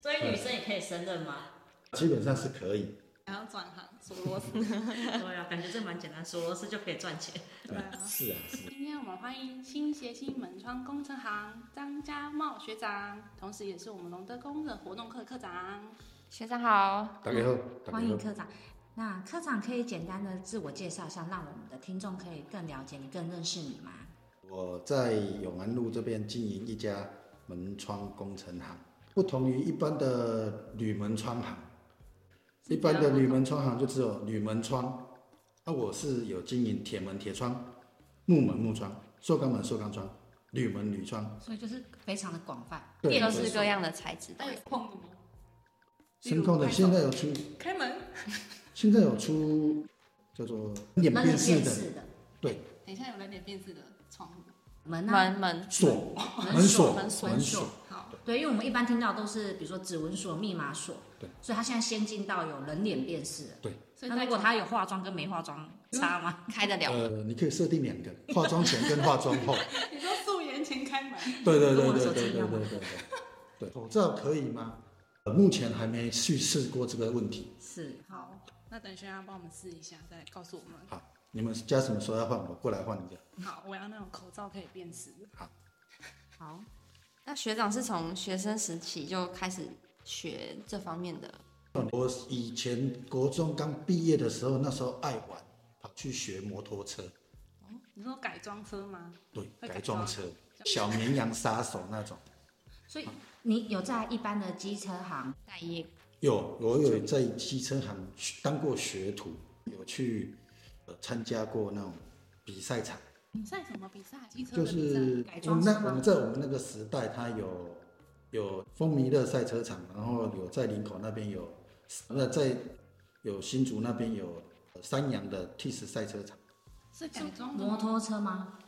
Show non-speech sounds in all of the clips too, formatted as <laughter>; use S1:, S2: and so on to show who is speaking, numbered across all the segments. S1: 所以女生也可以胜任吗？
S2: 基本上是可以。
S3: 然后转行做螺丝。
S1: 对啊，感觉这蛮简单，说螺丝就可以赚钱。
S3: 对啊
S2: 是啊，是啊。
S3: 今天我们欢迎新协新门窗工程行张家茂学长，同时也是我们龙德宫的活动课课长。
S4: 学长好，
S2: 大家好，大
S4: 欢
S2: 家
S4: 迎
S2: 好。
S4: 科长。那科长可以简单的自我介绍一下，让我们的听众可以更了解你、更认识你吗？
S2: 我在永安路这边经营一家门窗工程行，不同于一般的铝门窗行，一般的铝门窗行就只有铝门窗，那、我是有经营铁门铁窗、木门木窗、塑钢门塑钢窗、铝门铝窗，
S4: 所以就是非常的广泛。
S2: 各
S4: 电
S2: 种
S4: 都各
S2: 都
S4: 式
S2: 是
S4: 各样的材质
S3: 那有碰的吗？
S2: 声控的。现在有出，
S3: 开门。
S2: 现在有出叫做脸
S4: 那
S2: 变
S4: 是
S2: 式
S4: 电
S2: 的
S4: 视的
S3: 等一下有人脸变质的窗户。
S4: 门啊、
S5: 门门
S2: 锁，
S4: 门
S2: 锁
S4: 门锁、
S2: 门锁。
S3: 好，
S4: 对，因为我们一般听到都是比如说指纹锁、密码锁，
S2: 对，
S4: 所以他现在先进到有人脸辨识了。
S3: 所以
S4: 那
S3: 在
S4: 如果他有化妆跟没化妆差
S5: <laughs>
S4: 吗？
S5: 开得了，
S2: 呃，你可以设定两个，化妆前跟化妆后。
S3: <laughs> 你说素颜前开门，
S2: 对对
S4: 跟
S2: 对
S4: 我
S2: 对
S4: 手
S2: 对
S4: 机
S2: 对
S4: 一
S2: 对
S4: 样
S2: 对对。对，口罩可以吗？呃目前还没去试过这个问题。
S4: 是，好，
S3: 好，那等学长帮我们试一下，再来告诉我们。
S2: 你们家什么时候要换？我过来换一个。
S3: 好，我要那种口罩可以辨识的。
S5: 好。那学长是从学生时期就开始学这方面的，
S2: 我以前国中刚毕业的时候，那时候爱玩，跑去学摩托车，
S3: 你说改装车吗？
S2: 对，
S3: 会
S2: 改
S3: 改
S2: 装
S3: 装
S2: 车，小绵羊杀手那种。
S4: 所以你有在一般的机车行待业
S2: 有，我有在机车行去当过学徒，有去呃参加过那种比赛场。
S3: 比赛什么比赛？机车
S2: 就
S3: 的比赛。
S2: 是
S4: 改
S2: 我
S4: 装
S2: 们
S4: 车
S2: 那
S4: 吗
S2: 我们在我们那个时代，它有有风靡的赛车场，然后有在林口那边有，那在有新竹那边有三洋的 T 十赛车场，
S3: 是改装的吗
S4: 摩托车吗？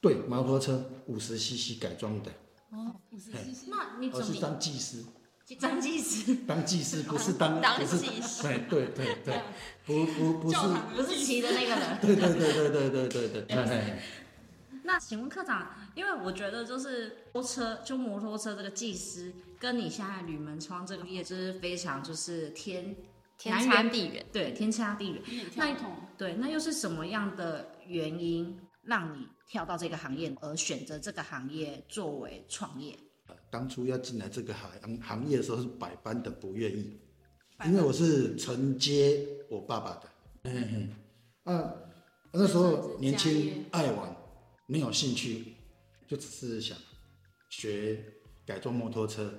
S2: 对，摩托车五十 CC 改装的，
S3: 五十
S2: 嘿
S3: cc。
S4: 那你
S2: 而
S4: 准
S2: 哦是
S4: 备
S2: 当技师，
S4: 张技师？ <laughs>
S2: 当技师不是当
S5: 当
S2: 不是
S5: 技师，
S2: 对对对对，不不不是，
S3: 教堂
S4: 不
S3: 的
S4: 是骑的那个人。
S2: 对对对对对对对对对，嘿嘿
S4: 那请问科长，因为我觉得就是摩托车，就摩托车这个技师，跟你现在铝门窗这个业就是非常就是天
S5: 天
S4: 南
S5: 差
S4: 辕
S5: 地远。
S4: 对天差地远。
S3: 有点
S4: 那
S3: 跳痛。
S4: 对，那又是什么样的原因让你跳到这个行业，而选择这个行业作为创业？
S2: 呃当初要进来这个行行业的时候是百般的不愿意，
S3: 百般
S2: 因为我是承接我爸爸的。嗯嗯。啊，那时候年
S3: 所以算是家业
S2: 轻爱玩，没有兴趣，就只是想学改装摩托车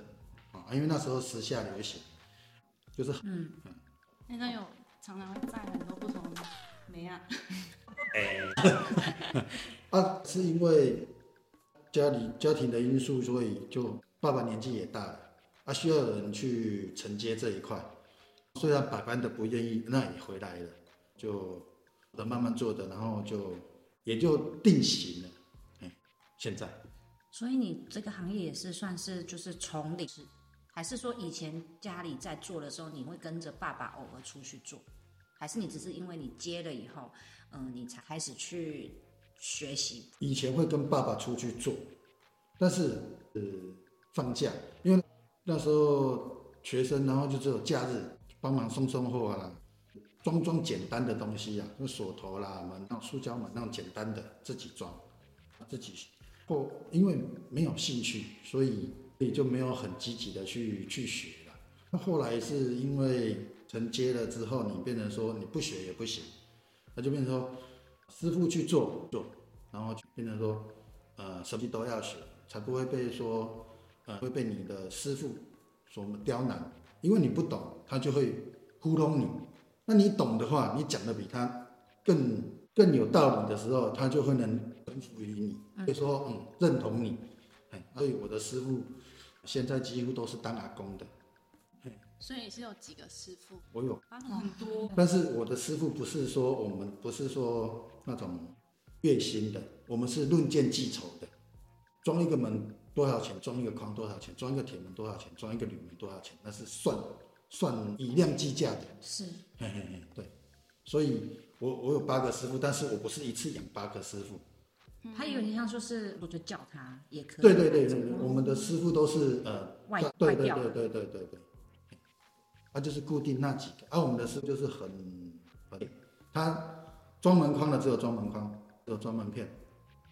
S2: 啊，因为那时候时下流行，就是
S3: 现在有常常会载很多不同的美啊，
S2: 啊，是因为家里家庭的因素，所以就爸爸年纪也大了，啊，需要有人去承接这一块。虽然百般的不愿意，那也回来了，就的慢慢做的，然后就也就定型了。哎，现在
S4: 所以你这个行业也是算是就是从零，还是说以前家里在做的时候，你会跟着爸爸偶尔出去做，还是你只是因为你接了以后，嗯、你才开始去学习？
S2: 以前会跟爸爸出去做，但是呃放假，因为那时候学生，然后就只有假日帮忙送送货啊，装装简单的东西啊，就锁头啦、门那种塑胶门那种简单的自己装，自己后因为没有兴趣，所以也就没有很积极的去去学了。那后来是因为承接了之后，你变成说你不学也不行，那就变成说师傅去做做，然后就变成说，呃，什么都要学，才不会被说，呃，会被你的师傅所刁难，因为你不懂，他就会糊弄你。那你懂的话，你讲的比他更更有道理的时候，他就会能臣服于你，所以说嗯认同你。哎，所以我的师傅现在几乎都是当阿公的，
S3: 所以是有几个师傅，
S2: 我有，
S3: 啊，很多。
S2: 但是我的师傅不是说我们不是说那种月薪的，我们是论件计酬的，装一个门多少钱，装一个框多少钱，装一个铁门多少钱，装一个铝门多少钱，那是算算以量计价的。
S4: 是，
S2: 嘿嘿嘿，对，所以我我有八个师傅，但是我不是一次养八个师傅，
S4: 它有点像说是，我就叫他也可以。
S2: 对对对对对，我们的师傅都是呃，
S4: 外
S2: 对
S4: 外
S2: 对
S4: 调
S2: 对对对对对，他、就是固定那几个，而、啊我们的师傅就是很很，他专门框的只有专门框，只有专门片，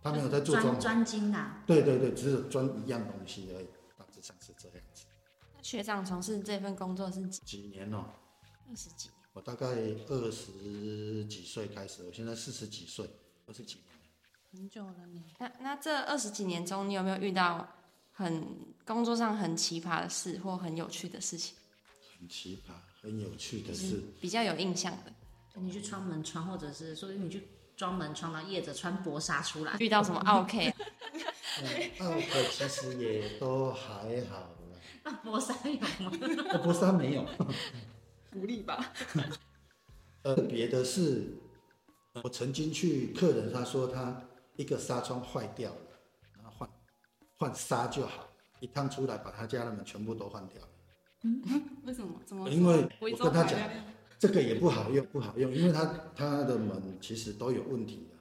S2: 他没有在做专
S4: 专
S2: 门，
S4: 专精啊，
S2: 对对对，只有专一样东西而已，大致上是这样子。
S5: 那学长从事这份工作是几
S2: 几年哦，
S5: 二十几年？
S2: 我大概二十几岁开始，我现在四十几岁，二十几年。
S3: 很久了呢。
S5: 那那这二十几年中，你有没有遇到很工作上很奇葩的事或很有趣的事情？
S2: 很奇葩，很有趣的，
S5: 就是比较有印象的，
S4: 你去穿门窗，或者是说你去装门窗，然后夜着穿薄纱出来，
S5: 遇到什么啊 OK？
S4: <laughs>
S2: 那我哦其实也都还好啦。
S4: 那薄纱有
S2: <laughs>
S4: 吗？
S2: 我博山没有，
S5: 福利吧？
S2: 呃，别的是，呃我曾经去客人他说他一个纱窗坏掉了，然后换换纱就好，一趟出来把他家的门全部都换掉了，
S3: <laughs> 为什么？怎么？
S2: 因为
S3: 徽
S2: 我
S3: 州
S2: 跟他
S3: 牌
S2: 讲
S3: 那边
S2: 这个也不好用，不好用，因为他他的门其实都有问题的。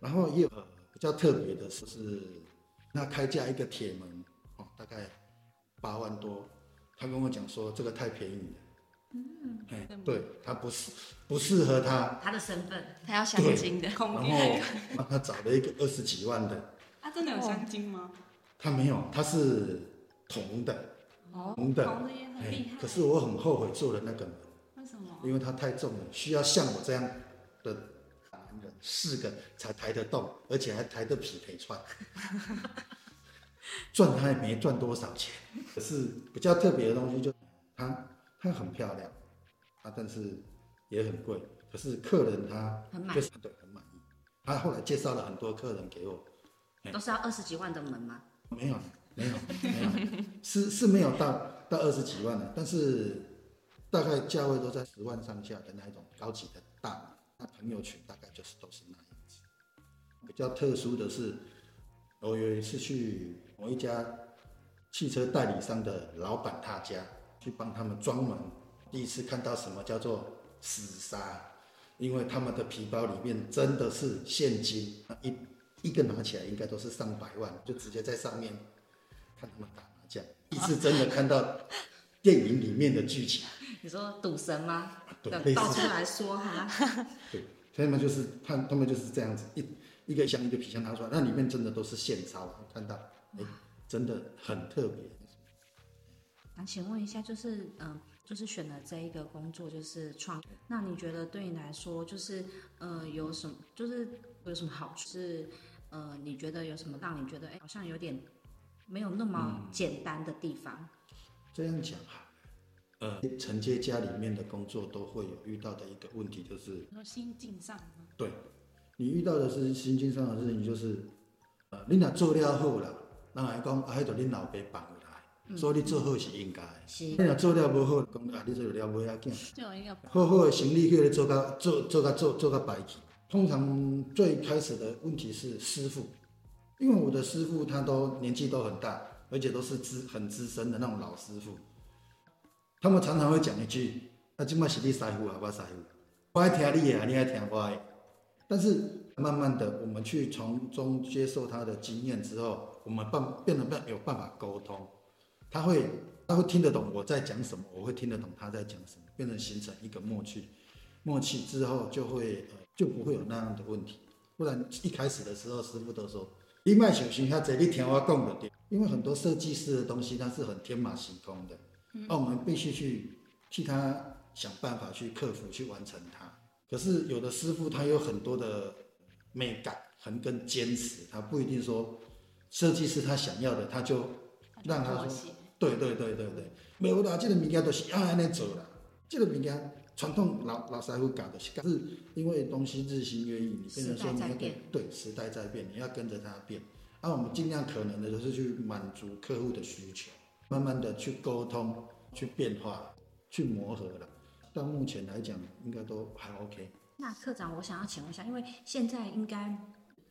S2: 然后也有呃比较特别的是，是那开价一个铁门哦，大概八万多，他跟我讲说这个太便宜了。嗯，哎，对，他不适不适合他，
S4: 他的身份，
S5: 他要香精的，
S3: 恐
S2: 然
S3: 惧
S2: 后让他找了一个二十几万的，
S3: 啊，真的有香精吗？
S2: 他没有，他是铜的，
S5: 哦，
S2: 铜的，
S3: 红的也很
S2: 哎
S3: 厉害，
S2: 可是我很后悔做了那个门。
S3: 为什
S4: 哦
S3: 么？
S2: 因为它太重了，需要像我这样的男人四个才抬得动，而且还抬得匹配穿。 <laughs> 赚他也没赚多少钱，可是比较特别的东西就它它很漂亮，啊，但是也很贵。可是客人他
S4: 很满
S2: 就是对很满意，他后来介绍了很多客人给我，哎
S4: 都是要二十几万的门吗？
S2: 没有，没有，没有，是是没有到到二十几万的，但是大概价位都在十万上下的那一种高级的大码，那朋友群大概就是都是那样子。比较特殊的是，我有一次去某一家汽车代理商的老板他家去帮他们装门，第一次看到什么叫做死杀，因为他们的皮包里面真的是现金，那一一个拿起来应该都是上百万，就直接在上面看他们打麻将，一次真的看到电影里面的剧情，
S4: 你说赌神吗？
S2: 对
S4: 等
S2: 类似
S4: 到处来说哈，
S2: 对，所以他们就是他他们就是这样子，一一个箱一个皮箱拿出来，那里面真的都是现钞，看到哎、真的很特别。
S4: 那请问一下，就是嗯、呃就是选了这一个工作，就是创，那你觉得对你来说，就是呃，有什么，就是有什么好处？是呃，你觉得有什么让你觉得，哎，好像有点没有那
S2: 嗯
S4: 么简单的地方？
S2: 这样讲哈，呃，承接家里面的工作都会有遇到的一个问题，就是
S3: 你说心境上吗？
S2: 对，你遇到的是心境上的事情，就是，呃，你若做了好啦，人来讲啊，迄著恁老爸放落来，所以你做好是应该的。你
S4: 是
S2: 若做了无好，讲啊，你做了无要紧，
S3: 就有一个
S2: 好好的生理叫你做到做做到做做到白去。通常最开始的问题是师傅，因为我的师傅他都年纪都很大，而且都是资很资深的那种老师傅，他们常常会讲一句：“啊，今麦是你师傅啊，我师傅，我爱听你的，你爱听我的。”但是慢慢的，我们去从中接受他的经验之后，我们办变得办有办法沟通，他会他会听得懂我在讲什么，我会听得懂他在讲什么，变成形成一个默契。默契之后就会呃就不会有那样的问题。不然一开始的时候，师傅都说你卖小心他这你听我讲的对。因为很多设计师的东西它是很天马行空的，那、我们必须去替他想办法去克服去完成它。可是有的师傅他有很多的美感、很跟坚持，他不一定说设计师他想要的他就让他
S3: 妥
S2: 说
S3: 协，
S2: 对对对对对，没有啦，这个物件都是要安尼做啦，这个物件传统老老师傅教的是教，是因为东西日新月异，你变成说你
S4: 时
S2: 要
S4: 代在
S2: 跟
S4: 变
S2: 对时代在变，你要跟着它变。那、我们尽量可能的就是去满足客户的需求，慢慢的去沟通、去变化、去磨合了。到目前来讲，应该都还 OK。
S4: 那科长，我想要请问一下，因为现在应该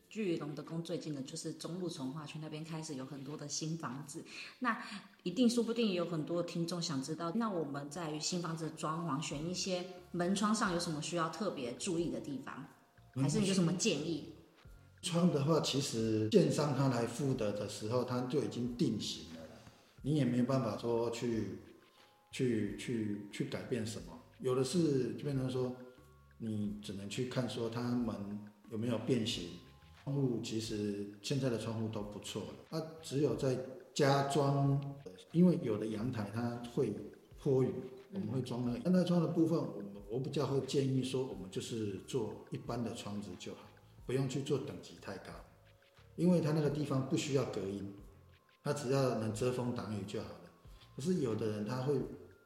S4: 距龙德宫最近的就是中路从化区那边开始有很多的新房子，那一定说不定也有很多听众想知道，那我们在于新房子的装潢选一些门窗上有什么需要特别注意的地方，还是你有什么建议？
S2: 窗的话，其实建商他来付的的时候，他就已经定型了啦，你也没办法说去去去去改变什么。有的是就变成说，你只能去看说他们有没有变形。窗户其实现在的窗户都不错了，它、只有在加装，呃因为有的阳台它会坡雨，我们会装那个阳台窗的部分，我们我比较会建议说，我们就是做一般的窗子就好。不用去做等级太高，因为它那个地方不需要隔音，它只要能遮风挡雨就好了。可是有的人他会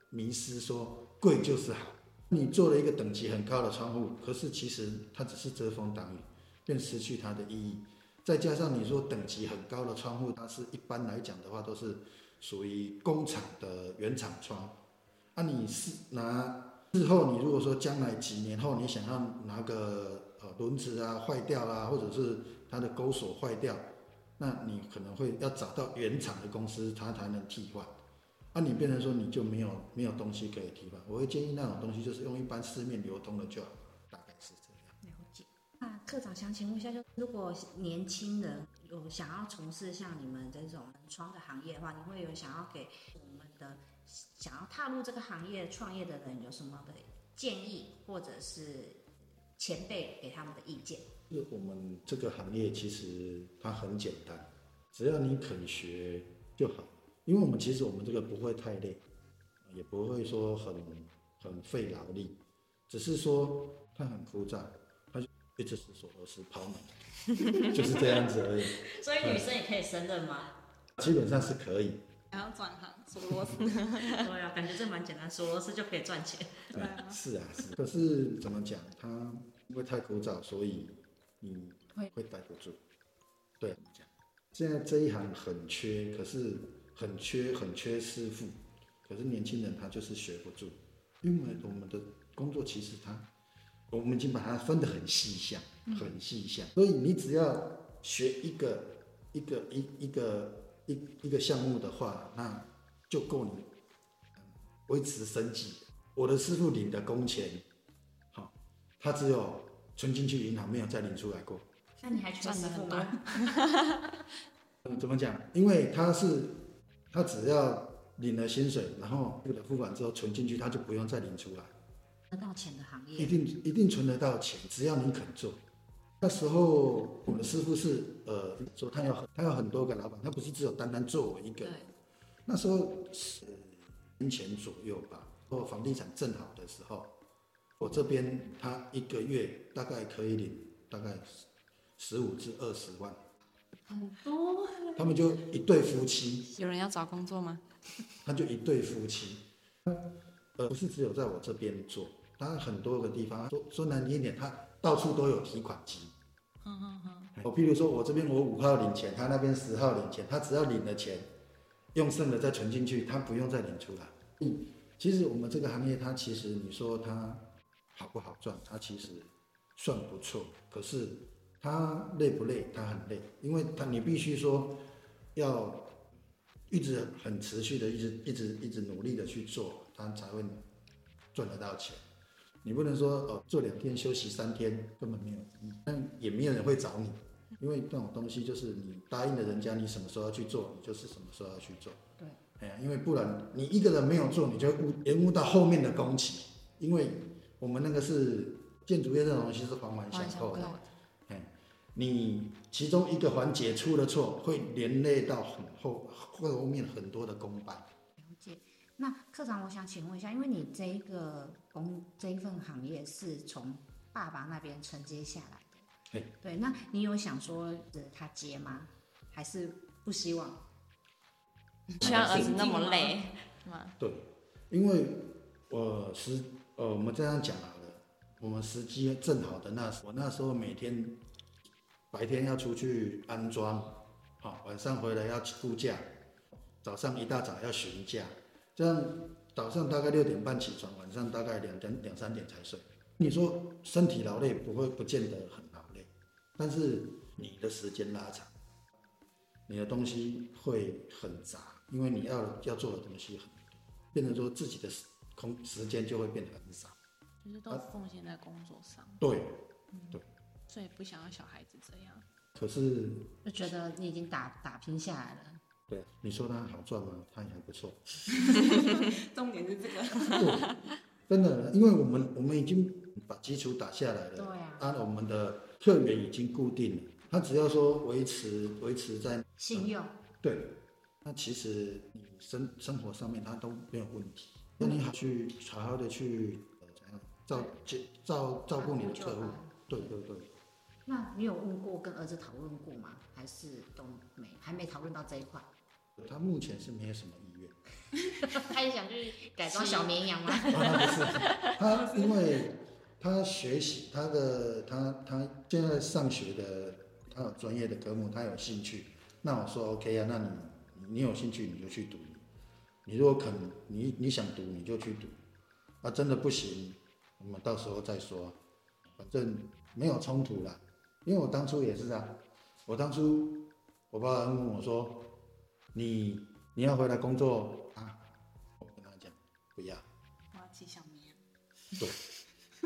S2: 迷失说贵就是好，你做了一个等级很高的窗户，可是其实它只是遮风挡雨，便失去它的意义。再加上你说等级很高的窗户，它是一般来讲的话都是属于工厂的原厂窗，那、你是拿事后你如果说将来几年后你想要拿个呃轮子啊坏掉啦、或者是它的钩锁坏掉，那你可能会要找到原厂的公司，它才能替换。啊，你变成说你就没有没有东西可以替换。我会建议那种东西就是用一般市面流通的就好，大概是这样。
S4: 了解。那科长想请问一下，就如果年轻人有想要从事像你们这种门窗的行业的话，你会有想要给我们的想要踏入这个行业创业的人有什么的建议，或者是前辈给他们的意见？
S2: 就是我们这个行业其实它很简单，只要你肯学就好。因为我们其实我们这个不会太累，也不会说很很费劳力，只是说它很枯燥，它就一直是所螺丝抛锚， <laughs> 就是这样子而已。
S1: 所以女生也可以胜任吗？
S2: 基本上是可以，
S3: 还要转行锁螺丝，
S1: 对啊，感觉这蛮简单，说是就可以赚钱。
S3: 对啊，
S2: 是啊是。可是怎么讲，它因为太枯燥，所以你
S5: 会
S2: 会待不住。对，怎么讲现在这一行很缺，可是很缺很缺师傅，可是年轻人他就是学不住，因为我们的工作其实他，我们已经把它分得很细项，
S3: 嗯
S2: 很细项，所以你只要学一个一个一一个一一个项目的话，那就够你嗯维持生计。我的师傅领的工钱，好、他只有存进去银行，没有再领出来过。
S4: 那你还缺
S5: 赚
S4: 师
S5: 得
S4: 傅
S5: 很多
S4: 吗？。
S2: 嗯，怎么讲？因为他是他只要领了薪水，然后付了付款之后存进去，他就不用再领出来，
S4: 得到钱的行
S2: 一
S4: 业，
S2: 定一定存得到钱，只要你肯做。那时候我们师傅是呃说他有他有很多个老板，他不是只有单单做我一个
S3: 对。，
S2: 那时候是年前左右吧，我房地产正好的时候，我这边他一个月大概可以领大概十五至二十万，
S5: 很
S2: 多。他们就一对夫妻，
S5: 有人要找工作吗？
S2: 他就一对夫妻，呃，不是只有在我这边做，当然很多个地方，说说难听一点，他到处都有提款机。嗯嗯嗯。我譬如说，我这边我五号领钱，他那边十号领钱，他只要领了钱，用剩的再存进去，他不用再领出来。嗯，其实我们这个行业，它其实你说它好不好赚，它其实算不错，可是它累不累？它很累，因为它你必须说要一直很持续的，一直一直一直努力的去做，他才会赚得到钱。你不能说哦，做两天休息三天，根本没有意义，但也没有人会找你，因为那种东西就是你答应了人家，你什么时候要去做，你就是什么时候要去做。
S4: 对，
S2: 哎呀，因为不然你一个人没有做，你就会误延误到后面的工期，因为我们那个是建筑业这种东西是环环相扣的。哎你其中一个环节出了错，会连累到很后后面很多的公办。
S4: 那科长，我想请问一下，因为你这一个工这一份行业是从爸爸那边承接下来的，
S2: 对
S4: 对，那你有想说呃他接吗？还是不希望？
S5: 需要儿子那么累吗？
S2: 对，因为我时呃，我们这样讲好了，我们时机正好的那时，我那时候每天白天要出去安装，好、晚上回来要度假，早上一大早要巡假，这样早上大概六点半起床，晚上大概两点两三点才睡。你说身体劳累不会不见得很劳累，但是你的时间拉长，你的东西会很杂，因为你要要做的东西很多，变成说自己的时空时间就会变得很少。
S3: 就是都奉献在工作上，
S2: 对，
S3: 所以不想要小孩子这样。
S2: 可是
S4: 就觉得你已经打打拼下来了。
S2: 对你说它好赚吗？它也还不错。
S3: <laughs> 重点是这个，
S2: 对真的，因为我们我们已经把基础打下来
S4: 对
S2: 了，
S4: 啊，
S2: 按、我们的客源已经固定了，他只要说维持维持在
S4: 信用
S2: 对，那其实你生生活上面它都没有问题，那你好去好好的去呃怎样照照照顾你的
S3: 嗯
S2: 客户，对对对。
S4: 那你有问过跟儿子讨论过吗？还是都没还没讨论到这一块？ <laughs>
S2: 他目前是没有什么意愿，
S4: 他也想去改装小绵羊吗？
S2: 啊、不是他，因为他学习他的他他现在上学的，他有专业的科目，他有兴趣。那我说 OK 啊，那你你有兴趣你就去读，你如果肯你你想读你就去读，啊真的不行，我们到时候再说，反正没有冲突啦。因为我当初也是啊，我当初我爸爸问我说，你你要回来工作啊？我跟他讲不要。
S3: 我要骑小绵羊。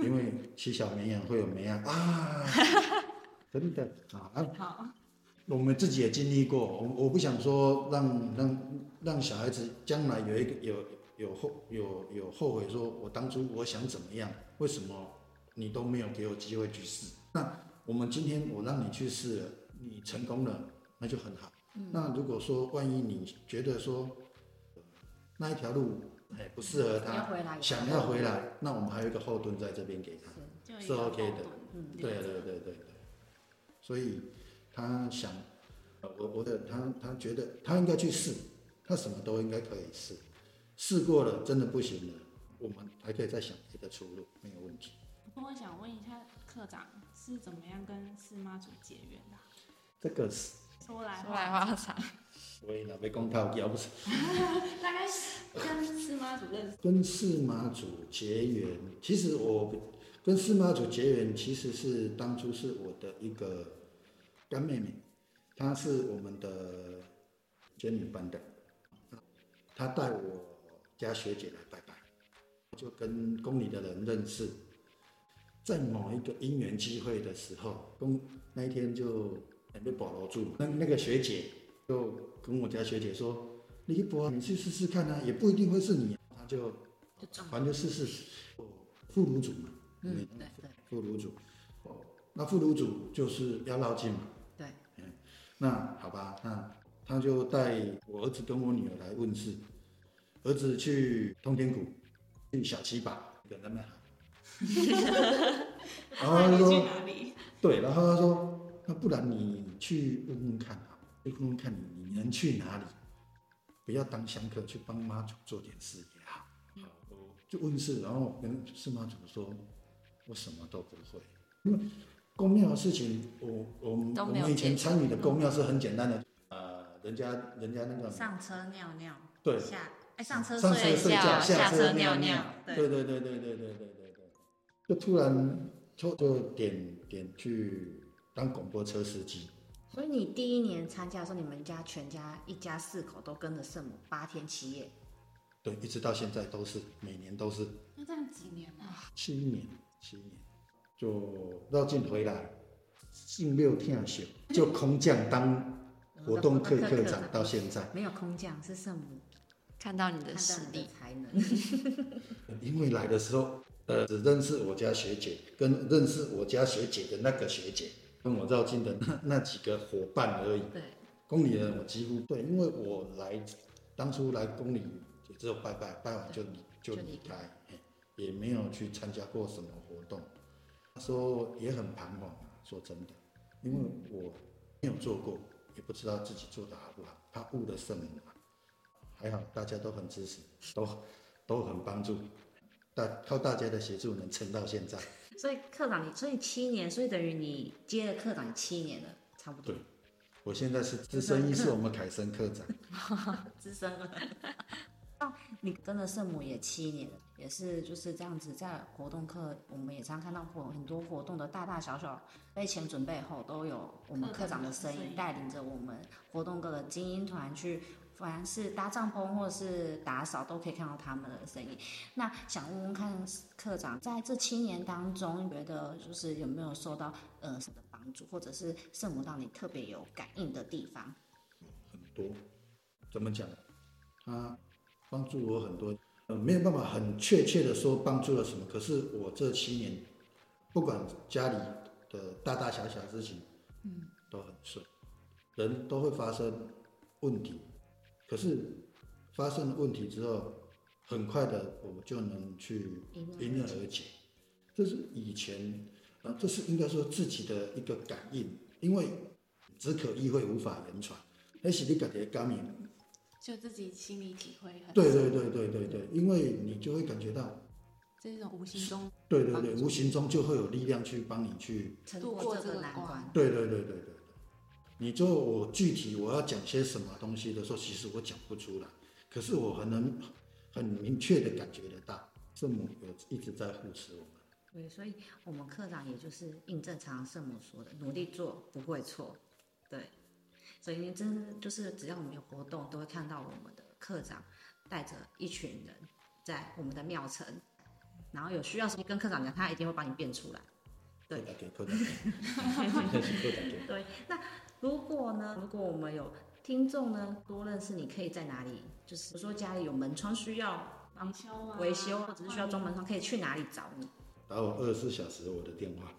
S2: 因为骑小绵羊会有绵羊 <laughs> 啊，真的啊啊！
S3: 好，
S2: 我们自己也经历过，我我不想说让让让小孩子将来有一个有有后有有后悔，说我当初我想怎么样，为什么你都没有给我机会去试？那我们今天我让你去试了，你成功了，那就很好。那如果说万一你觉得说呃那一条路哎不适合
S4: 要
S2: 他，
S4: 回来，
S2: 想要回来，那我们还有一个后盾在这边给他。
S3: 就
S4: 是
S3: 是一个
S2: OK
S3: 后
S2: 的
S3: 盾
S4: 嗯，
S2: 对啊对对对对，所以他想，呃我我的他他觉得他应该去试，他什么都应该可以试，试过了真的不行了，我们还可以再想别的出路，没有问题。
S3: 不过我想问一下课长是怎么样跟四妈祖结缘的啊？
S2: 这个是
S3: 说来
S5: 说来话长，
S2: 我也拿被公告要不是
S3: 大概跟四妈祖认识，
S2: 跟四马祖结缘，其实我跟四马祖结缘，其实是当初是我的一个干妹妹，她是我们的监女班的，她带我家学姐来拜拜，就跟宫里的人认识，在某一个因缘机会的时候，宫那一天就哎被保留住，那那个学姐就跟我家学姐说：“李博，你去试试看啊，也不一定会是你。”她就
S4: 就中
S2: 反正就是哦是副乳主嘛，
S4: 嗯，对对
S2: 副乳主，哦，那副乳主就是要绕境嘛，
S4: 对，
S2: 嗯，那好吧，那他就带我儿子跟我女儿来问事，儿子去通天谷，去小七吧，跟他们喊，
S4: <laughs>
S2: 然后他
S3: 那你去
S2: 说
S3: 哪里？
S2: 对，然后他说，那不然你去问问看啊，去问问看你你能去哪里，不要当香客，去帮妈祖做点事也好。我就问事，然后我跟司马祖说，我什么都不会，因为公庙的事情，我我们
S5: 都
S2: 我
S5: 没有
S2: 们以前
S5: 接触
S2: 参与的公庙是很简单的，呃，人家人家那个
S4: 上车尿尿，
S2: 对
S4: 下哎
S1: <laughs>
S4: 上车
S2: 上车睡
S5: 觉
S2: 下
S5: 下
S2: 车
S5: 车
S2: 尿
S5: 尿
S2: 尿
S5: 尿，
S2: 对对对对对对对对对，就突然就就点点去当广播车司机。
S4: 所以你第一年参加的时候，你们家全家一家四口都跟着圣母八天七夜，
S2: 对，一直到现在都是，每年都是
S3: 那这样几年啊？
S2: 七年，七年就绕境回来，进六天休，就空降当活动课课长到现在。
S4: 没有空降是圣母
S5: 看到你
S4: 看
S5: 的
S4: 到
S5: 实
S4: 你
S5: 力
S4: 的，才能，
S2: 因为来的时候，呃，只认识我家学姐，跟认识我家学姐的那个学姐，跟我绕境的那那几个伙伴而已。
S4: 对，
S2: 宫里人我几乎对，因为我来当初来宫里也只有拜拜，拜完就离嗯就
S4: 就离
S2: 离开，嘿也没有去参加过什么活动。那时候也很彷徨，说真的，因为我没有做过，也不知道自己做的好不好，怕误了圣母嘛。还好大家都很支 <laughs> 持，都都很帮助，大靠大家的协助能撑到现在。
S4: 所以课长你所以七年，所以等于你接了课长七年了，差不多
S2: 对我现在是资深医师，我们凯森科长。
S4: 资深了。你跟着圣母也七年了，也是就是这样子，在活动课我们也常看到活很多活动的大大小小，在前准备后都有我们课长的身影带领着我们活动课的精英团去，凡是搭帐篷或是打扫都可以看到他们的身影。那想问问看课长，在这七年当中，你觉得就是有没有受到呃什么帮帮助，或者是圣母让你特别有感应的地方？
S2: 很多，怎么讲？他帮助我很多，呃，没有办法很确切的说帮助了什么。可是我这七年，不管家里的大大小小事情，嗯，都很顺，人都会发生问题，可是发生了问题之后，很快的我们就能去
S4: 迎刃而
S2: 迎刃而解。这是以前，啊，这是应该说自己的一个感应，因为只可意会无法言传，那是你感觉感应。
S3: 就自己心里体会很
S2: 对对对对对对，因为你就会感觉到，
S3: 这是一种无形中
S2: 对对对，
S3: 帮助
S2: 无形中就会有力量去帮你去，
S4: 撑
S3: 度
S4: 过
S3: 过
S4: 这
S3: 这
S4: 个
S3: 个
S4: 难
S3: 关
S4: 关，
S2: 对对对对对对。你就我具体我要讲些什么东西的时候，其实我讲不出来，可是我很能很明确的感觉得到，圣母有一直在扶持我们。
S4: 对，所以我们科长也就是印证常常圣母说的，努力做不会错，对。所以你真的就是只要我们有活动，都会看到我们的科长带着一群人在我们的庙城，然后有需要什么跟科长讲，他一定会帮你变出来。对
S2: 打给科长， <laughs> 谢谢科长给。
S4: 对，那如果呢？如果我们有听众呢，多认识你，可以在哪里？就是比如说家里有门窗需要
S3: 维修啊，
S4: 维修，或者是需要装门窗，可以去哪里找你？
S2: 打我二十四小时我的电话，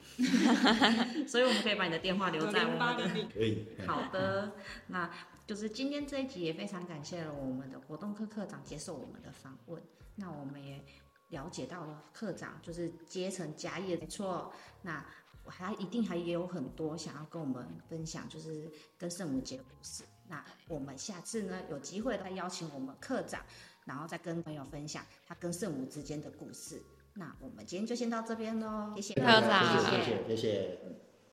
S4: 所以我们可以把你的电话留在我们的。
S2: 可以。哎
S4: 好的，那就是今天这一集也非常感谢了我们的活动科科长接受我们的访问。那我们也了解到了科长就是阶层家业，没错。那我还一定还也有很多想要跟我们分享，就是跟圣母节的故事。那我们下次呢有机会再邀请我们科长，然后再跟朋友分享他跟圣母之间的故事。那我们今天就先到这边喽，谢谢
S5: 科长
S4: 谢谢
S2: 谢谢谢谢。